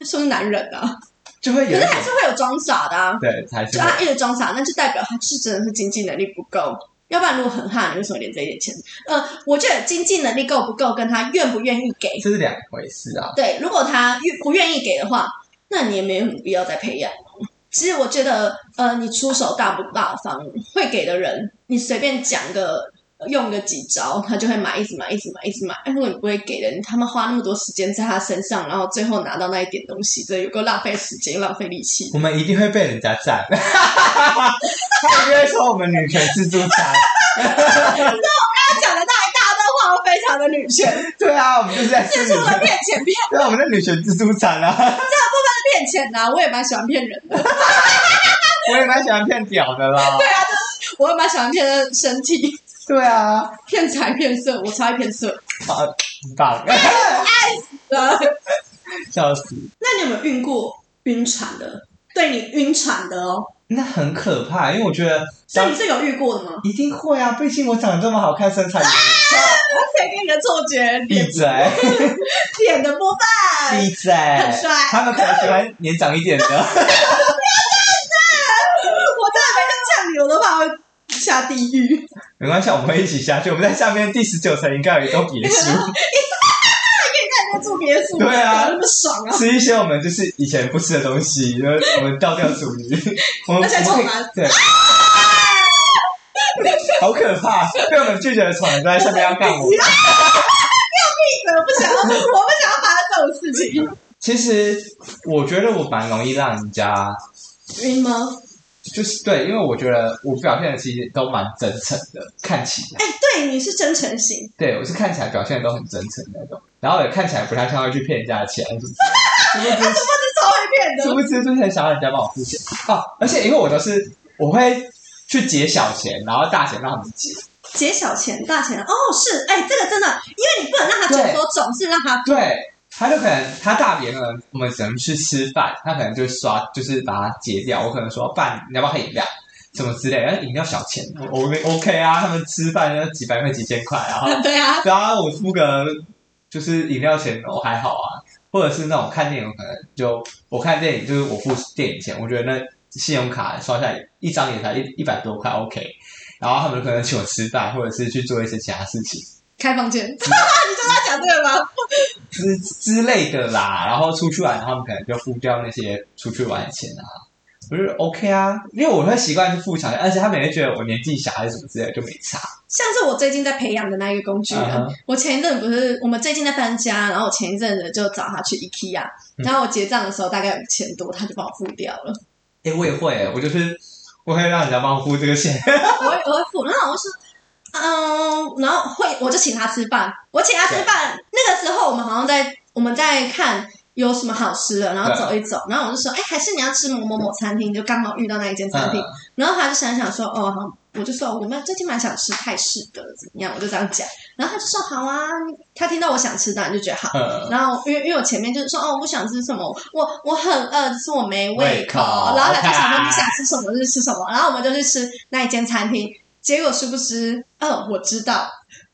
说是男人啊，就会可有一是种还是会有装傻的啊。对，还是就会他一直装傻，那就代表他是真的是经济能力不够。要不然，如果很汉，你为什么连这一点钱？呃，我觉得经济能力够不够，跟他愿不愿意给。这是两回事啊。对，如果他愿不愿意给的话，那你也没有必要再培养。其实我觉得，呃，你出手大不大方，会给的人，你随便讲个用个几招，他就会买，一直买，一直买，一直买。哎如果你不会给的人，他们花那么多时间在他身上，然后最后拿到那一点东西，这有够浪费时间，浪费力气。我们一定会被人家赞， 他一定会说我们女权自助餐。他讲的那一大段话，我非常的女权，对啊，我们就是在吃这是女我的权，骗钱骗对啊，我们的女权自助餐啊。 骗钱的啊、我也蛮喜欢骗人的，我也蛮喜欢骗屌的啦。我也蛮喜欢骗身体、对啊，骗财、骗色，我超爱骗色啊好棒，的。笑死。那你有没有晕过晕船的？对你晕船的哦，那很可怕，因为我觉得所以你是有遇过的吗？一定会啊，毕竟我长得这么好看，身材啊也不谁给你的错觉？错，闭脸嘴，脸的模范，闭嘴，很帅他们可能喜欢年长一点的， 我真的没跟酱油的话会下地狱。没关系，我们会一起下去。我们在下面第十九层应该有一栋别墅，在那边住别墅，对啊有那么爽啊！吃一些我们就是以前不吃的东西，然后我们倒掉主义，我们那啊现在我们重来对，好可怕，被我们拒绝的闯人都在下面要干我。我不想要，我不想要发生这种事 情。其实我觉得我蛮容易让人家晕吗？就是对，因为我觉得我表现的其实都蛮真诚的，看起来，哎、对，你是真诚型，对我是看起来表现的都很真诚的那种，然后也看起来不太像会去骗人家的钱，是不是？他是不是超会骗殊的？不知就是很想要人家帮我付钱啊！而且因为我都是我会去结小钱，然后大钱让他们结，解小钱、大钱哦，是，哎、这个真的，因为你不能让他觉得说总是让他 对，他就可能他大别人，我们只能去吃饭，他可能就刷就是把它结掉，我可能说饭你要不要喝饮料什么之类的，然后饮料小钱，我我 OK 啊，他们吃饭要几百块几千块，然后对啊， 对啊，我付个就是饮料钱我还好啊，或者是那种看电影，可能就我看电影就是我付电影钱，我觉得那信用卡刷下来一张也才一一百多块，OK。然后他们可能请我吃饭，或者是去做一些其他事情开房间， 你就在讲这个吗？之之类的啦。然后出去玩，他们可能就付掉那些出去玩的钱啊。我觉得 OK 啊，因为我会习惯去付小钱，而且他们也觉得我年纪小还是什么之类的，就没差。像是我最近在培养的那一个工具人嗯哼我前一阵不是我们最近在搬家，然后我前一阵子就找他去 IKEA，嗯然后我结账的时候大概五千多，他就帮我付掉了，哎，我也会，我就是我会让人家帮我付这个钱。 我会我会付，然后我就说。嗯，然后会我就请他吃饭，我请他吃饭。那个时候我们好像在我们在看有什么好吃的，然后对走一走，然后我就说，哎，还是你要吃某某某餐厅，就刚好遇到那一间餐厅，嗯然后他就想想说，哦，好，我就说我们最近蛮想吃泰式的，怎么样？我就这样讲，然后他就说好啊，他听到我想吃，当然就觉得好。嗯，然后因为因为我前面就是说哦，我不想吃什么，我我很饿，只是我没胃口。胃口然后他就想说 OK 你想吃什么就吃什么，然后我们就去吃那一间餐厅。结果殊不知，哦，我知道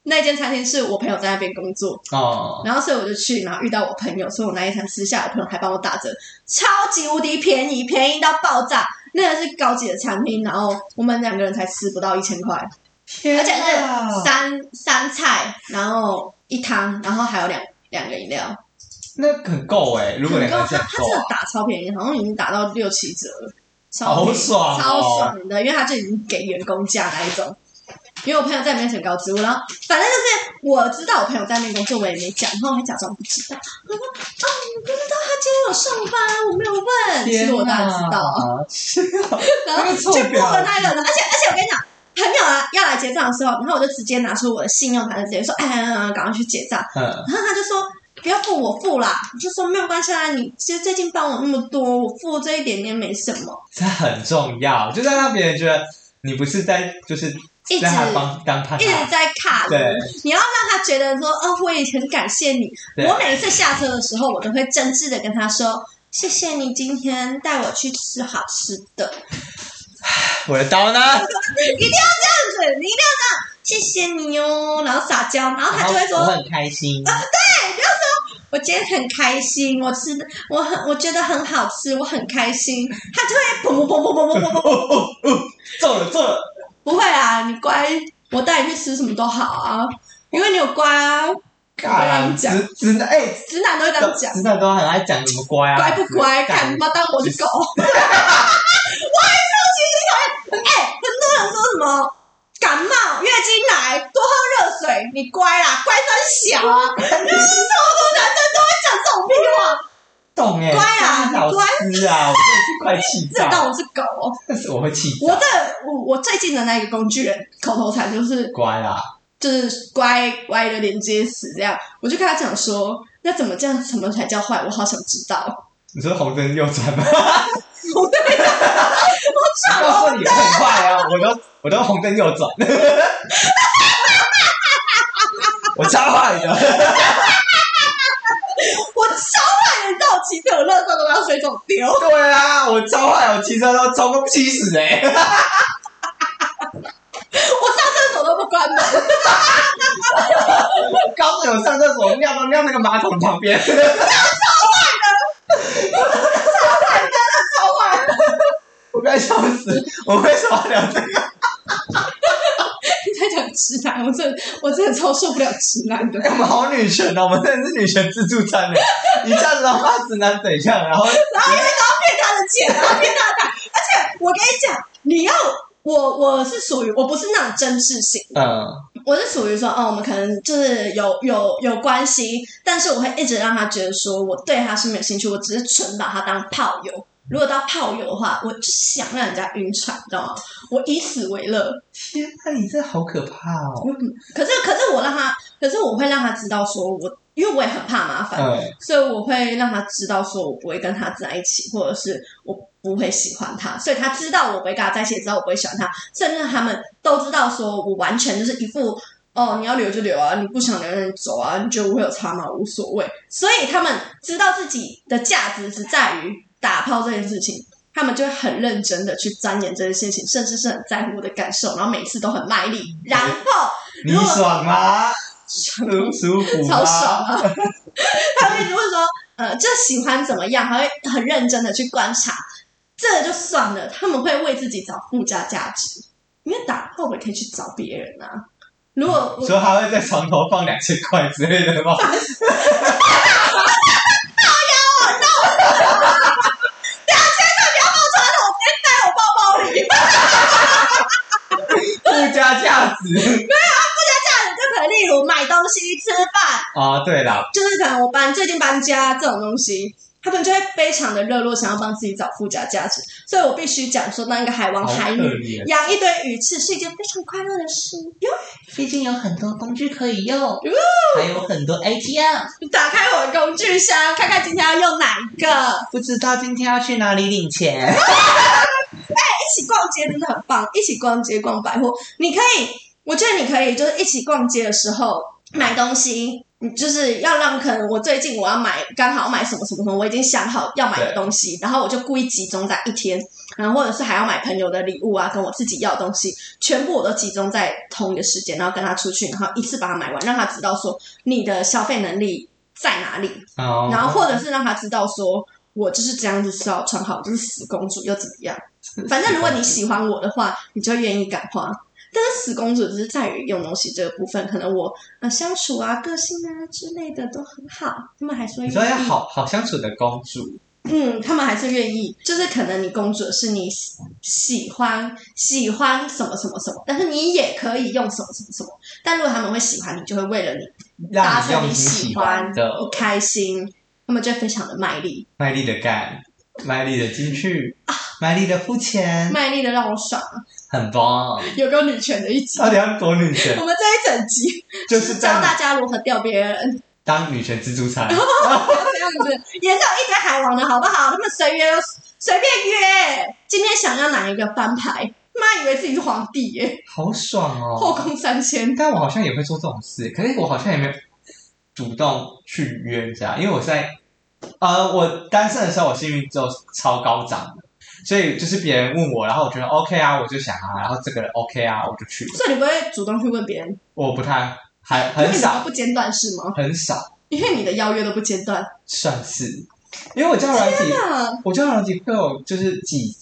那一间餐厅是我朋友在那边工作，哦，然后所以我就去，然后遇到我朋友，所以我那一餐吃下来，我朋友还帮我打折，超级无敌便宜，便宜到爆炸。那个是高级的餐厅，然后我们两个人才吃不到一千块，而天且哪是三三菜，然后一汤，然后还有两两个饮料，那很够哎、如果很两够个人他是他很真够的啊，打超便宜，好像已经打到六七折了，超好便宜爽、哦，超爽的，因为他就已经给员工价那一种。因为我朋友在里面很高职务，然后反正就是我知道我朋友在那边工作，我也没讲，然后我还假装不知道。我说：“哦，你不知道他今天有上班，我没有问。”其天实哪哦我当然知道啊， 然后那个臭就婊子不问他一个人。而且而且我跟你讲，朋友啊要来结账的时候，然后我就直接拿出我的信用卡，就直接说：“哎哎，哎赶快去结账。”嗯，然后他就说不要付我付啦，我就说没有关系啦，你其实最近帮我那么多，我付这一点点没什么，这很重要，就在让别人觉得你不是在就是一直在他帮当他一直在卡你，对你要让他觉得说哦，我也很感谢你。对我每一次下车的时候，我都会真挚的跟他说。谢谢你今天带我去吃好吃的，我的刀这呢？样子，你一定要这样，谢谢你哦，然后撒娇，然 后他就会然后我说，很开心。哦我今天很开心，我吃的，我很我觉得很好吃，我很开心，他就会砰砰砰砰砰砰砰砰，哦哦哦，中了中了！不会啊，你乖，我带你去吃什么都好啊，因为你有乖啊，我这样讲，直直男哎，直男都会这样讲。直男都很爱讲什么乖啊，乖不乖？干看妈当我是狗，我很生气，最讨厌。哎、很多人说什么感冒、月经来，多喝热水，你乖啦，乖三小啊！就是超多男生都会讲这种屁话，懂哎，乖啊老师啊，我真的是快气真的炸当了，我是狗哦、但是我会气炸我的我我最近的那个工具人口头禅就是乖啦，就是乖乖的连接词这样，我就跟他讲说，那怎么这样，什么才叫坏？我好想知道。你说红灯右转吗？我对不起 我告诉你很快啊，我都 我都红灯右转， 我超坏的，我超怕人到骑车有垃圾都要随手丢，对啊， 我超坏，我骑车都超过七十哎，我上厕所都不关门，高诉你我上厕所尿到尿那个马桶旁边， 超坏。我快笑死，我为什么要聊这个？你在讲直男，我真的我真的超受不了直男的 哎。我们好女权哦，我们真的是女权自助餐呢，一下子让八十男怎样，然后然后因为都要骗他的钱，然后骗他的卡，而且我跟你讲，你要我我是属于我不是那种争执型，嗯，我是属于说，哦，我们可能就是有有有关系，但是我会一直让他觉得说我对他是没有兴趣，我只是纯把他当炮友。如果当炮友的话，我就想让人家晕船，你知道吗？我以此为乐。嗯天啊，你这好可怕哦，可是，可是我让他，可是我会让他知道说我，因为我也很怕麻烦，嗯，所以我会让他知道说我不会跟他在一起，或者是我不会喜欢他，所以他知道我不会跟他在一起，也知道我不会喜欢他，甚至他们都知道说我完全就是一副哦，你要留就留啊，你不想留那你走啊，你觉得我会有差吗？无所谓。所以他们知道自己的价值只在于打炮这件事情。他们就会很认真的去钻研这件事情，甚至是很在乎我的感受，然后每次都很卖力。然后你爽吗？舒舒服吗？超爽啊！他会一直会说，呃，这喜欢怎么样？还会很认真的去观察，这就算了。他们会为自己找附加价值，因为打炮我可以去找别人啊。如果我说还会在床头放两千块之类的 吗？在我包包里，附加价值就可能例如买东西、吃饭，啊，对啦，就是可能我搬最近搬家这种东西，他们就会非常的热络，想要帮自己找附加价值。所以我必须讲说，当一个海王好可海女，怜。养一堆鱼翅是一件非常快乐的事哟。毕竟有很多工具可以用，还有很多 ATM。打开我的工具箱，看看今天要用哪一个。不知道今天要去哪里领钱？一起逛街真的很棒，一起逛街逛百货，你可以，我觉得你可以就是一起逛街的时候买东西，你就是要让可能我最近我要买刚好买什么什么什么，我已经想好要买的东西，然后我就故意集中在一天，然后或者是还要买朋友的礼物啊，跟我自己要的东西，全部我都集中在同一个时间，然后跟他出去，然后一次把它买完，让他知道说你的消费能力在哪里，哦然后或者是让他知道说，我就是这样子是要穿好，我就是死公主又怎么样？反正如果你喜欢我的话，你就愿意感化。但是死公主只是在于用东西这个部分，可能我呃相处啊、个性啊之类的都很好，他们还说你说要愿意，好好相处的公主，嗯，他们还是愿意。就是可能你公主是你喜喜欢喜欢什么什么什么，但是你也可以用什么什么什么。但如果他们会喜欢你，就会为了你达让你成用你喜喜欢、欢的，你开心，他们就会非常的卖力。卖力的干，卖力的进去，卖力的付钱，卖力的让我爽，很棒。有个女权的一 集。到底要多女权我？们这一整集就是教在大家如何钓别人，当女权自助餐。这样子研究一堆海王的好不好？他们随约随便约，今天想要哪一个翻牌，妈以为自己是皇帝耶，好爽后哦！宫三千。但我好像也会做这种事，可是我好像也没有主动去约人家，因为我在呃，我单身的时候，我幸运只有超高涨的，所以就是别人问我，然后我觉得 OK 啊，我就想啊，然后这个人 OK 啊，我就去了。所以你不会主动去问别人，我不太还很因为你都少不间断是吗？很少因为你的邀约都不间断。算是，因为我交友软体，啊，我交友软体会有就是几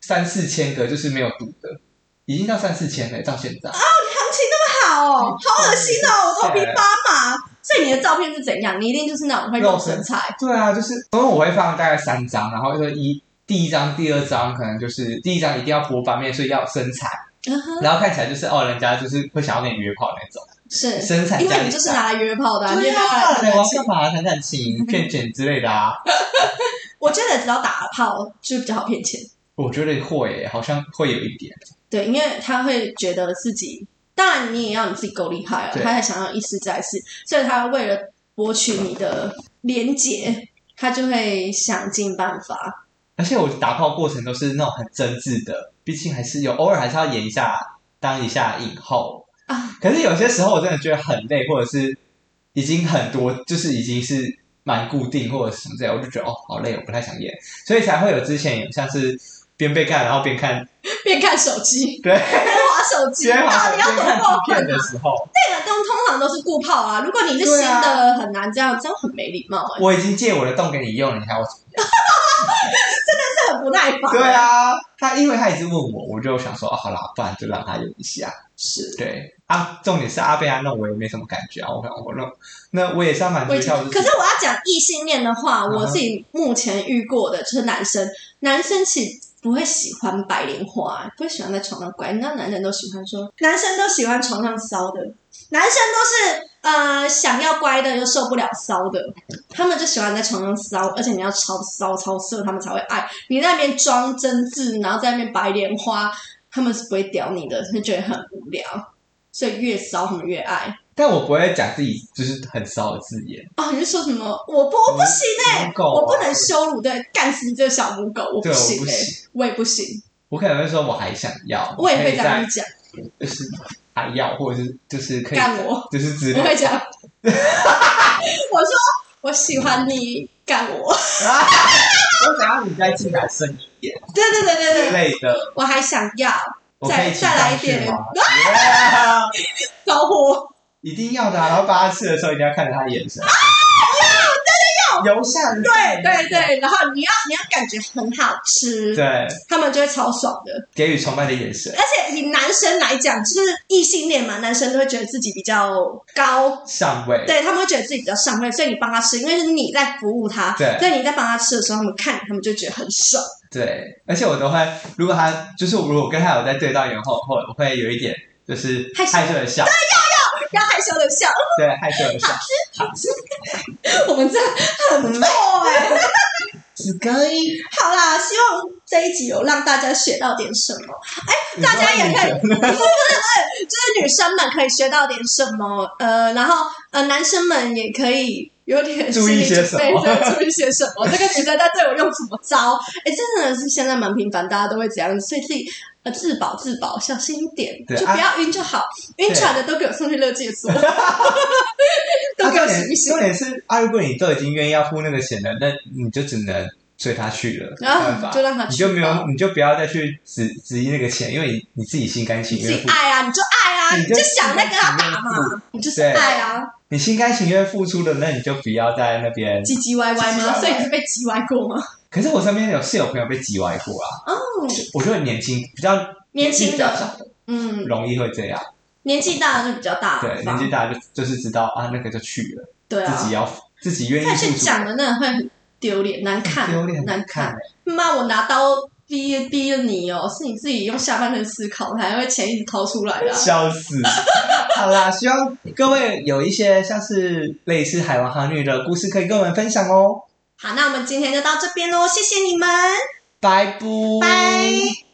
三四千个，就是没有读的，已经到三四千了，到现在。行情那么好哦，好恶心嗯哦，我头皮发麻。所以你的照片是怎样？你一定就是那种会露身材，对啊，就是因为我会放大概三张，然后就是一第一张、第二张可能就是第一张一定要播方面，所以要有身材，嗯哼，然后看起来就是哦，人家就是会想要跟你约炮那种，是身材因加为你你就是拿来约炮的、啊，对约炮啊，来谈我要感情干嘛谈感情、骗钱之类的啊？我觉得只要打炮就是比较好骗钱，我觉得会，好像会有一点。对，因为他会觉得自己，当然你也要你自己够厉害啊，对他还想要一试再试，所以他为了博取你的连结，他就会想尽办法。而且我打炮过程都是那种很真挚的，毕竟还是有偶尔还是要演一下当一下影后啊。可是有些时候我真的觉得很累，或者是已经很多，就是已经是蛮固定或者什么之类的，我就觉得哦好累，我不太想演，所以才会有之前有像是边被干然后边看边看手机，对，边滑手机，边滑到手底要边多看过影分片？的时候，对了，通通常都是顾炮啊。如果你是新对啊的，很难这样，这样很没礼貌、欸，我已经借我的洞给你用了，你还要我怎么样？这很不耐 烦。对，啊，他因为他一直问我，我就想说哦好啦，不然就让他用一下。是。对啊，重点是阿贝阿弄我也没什么感觉啊，我想我弄，那我也是要满足我一已经下我自己。可是我要讲异性恋的话，嗯我自己目前遇过的就是男生，男生其实不会喜欢白莲花，不会喜欢在床上拐。你知道男人都喜欢说，男生都喜欢床上骚的，男生都是呃想要乖的又受不了骚的，他们就喜欢在床上骚，而且你要超骚超色，他们才会爱你。在那边装真挚，然后在那边白莲花，他们是不会屌你的，就觉得很无聊，所以越骚他们越爱。但我不会讲自己就是很骚的字眼，哦，你是说什么？我不，我不行哎、母狗啊我不能羞辱，对，干死你这个小母狗，我对，我行不哎、行，我也不行，我可能会说我还想要，我也可会以这样再讲，就是还要，或者是就是可以干我，就是之我类会讲， 我说我喜欢你干我， 的。啊，我想要你再进来深一点对对对对对，之类的，我还想要我可再以骑再来一上去点吗 Yeah，招呼，一定要的啊、然后帮他吃的时候一定要看着他的眼啊神。油下嗯对对对对，然后你要你要感觉很好吃，对，他们就会超爽的。给予崇拜的眼神，而且以男生来讲，就是异性恋嘛，男生都会觉得自己比较高上位。对他们会觉得自己比较上位，所以你帮他吃，因为是你在服务他，对所以你在帮他吃的时候，他们看他们就觉得很爽。对，而且我都会，如果他就是如果跟他有在对到眼后，后我会有一点就是害羞害羞的笑，不要害羞的笑， 对，害羞的笑，啊我们这很破哎、すごい。好啦，希望这一集有让大家学到点什么，大家也可以你说你觉得就是女生们可以学到点什么，呃，然后呃，男生们也可以。有点注心意理准些什备么对，注意些什么？这个女生在对我用什么招？ 哎，真的是现在蛮频繁，大家都会这样，所以自己呃自保自保，小心一点，对就啊不要晕就好。晕船的都给我送去乐界所， 都啊给我重洗一点洗重。点是啊，如果你都已经愿意要付那个钱了，那你就只能随他去了，没办啊，法就，让他你去就没吧有，你就不要再去质质疑那个钱，因为你你自己心甘情你自愿己付，爱啊，你就爱啊，你你就就想那个啊自己打愿嘛，你就是对爱啊，你心甘情愿付出的，那你就不要在那边。唧唧歪歪唧唧歪吗？歪所以你是被唧歪过吗？可是我身边有是有朋友被挤歪过啊，哦，我觉得年轻比较年轻比较小的，嗯，容易会这样。年纪大的就比较大对，年方，纪大就就是知道啊，那个就去了，对自啊己，要自己愿意再去付出，讲的那会很丢脸，难看，丢脸难看看。。妈，我拿刀逼逼了你哦，是你自己用下半身思考，还会钱一直掏出来的啊。笑死！好啦，希望各位有一些像是类似海王航女的故事可以跟我们分享哦。好，那我们今天就到这边喽，谢谢你们，拜拜，拜。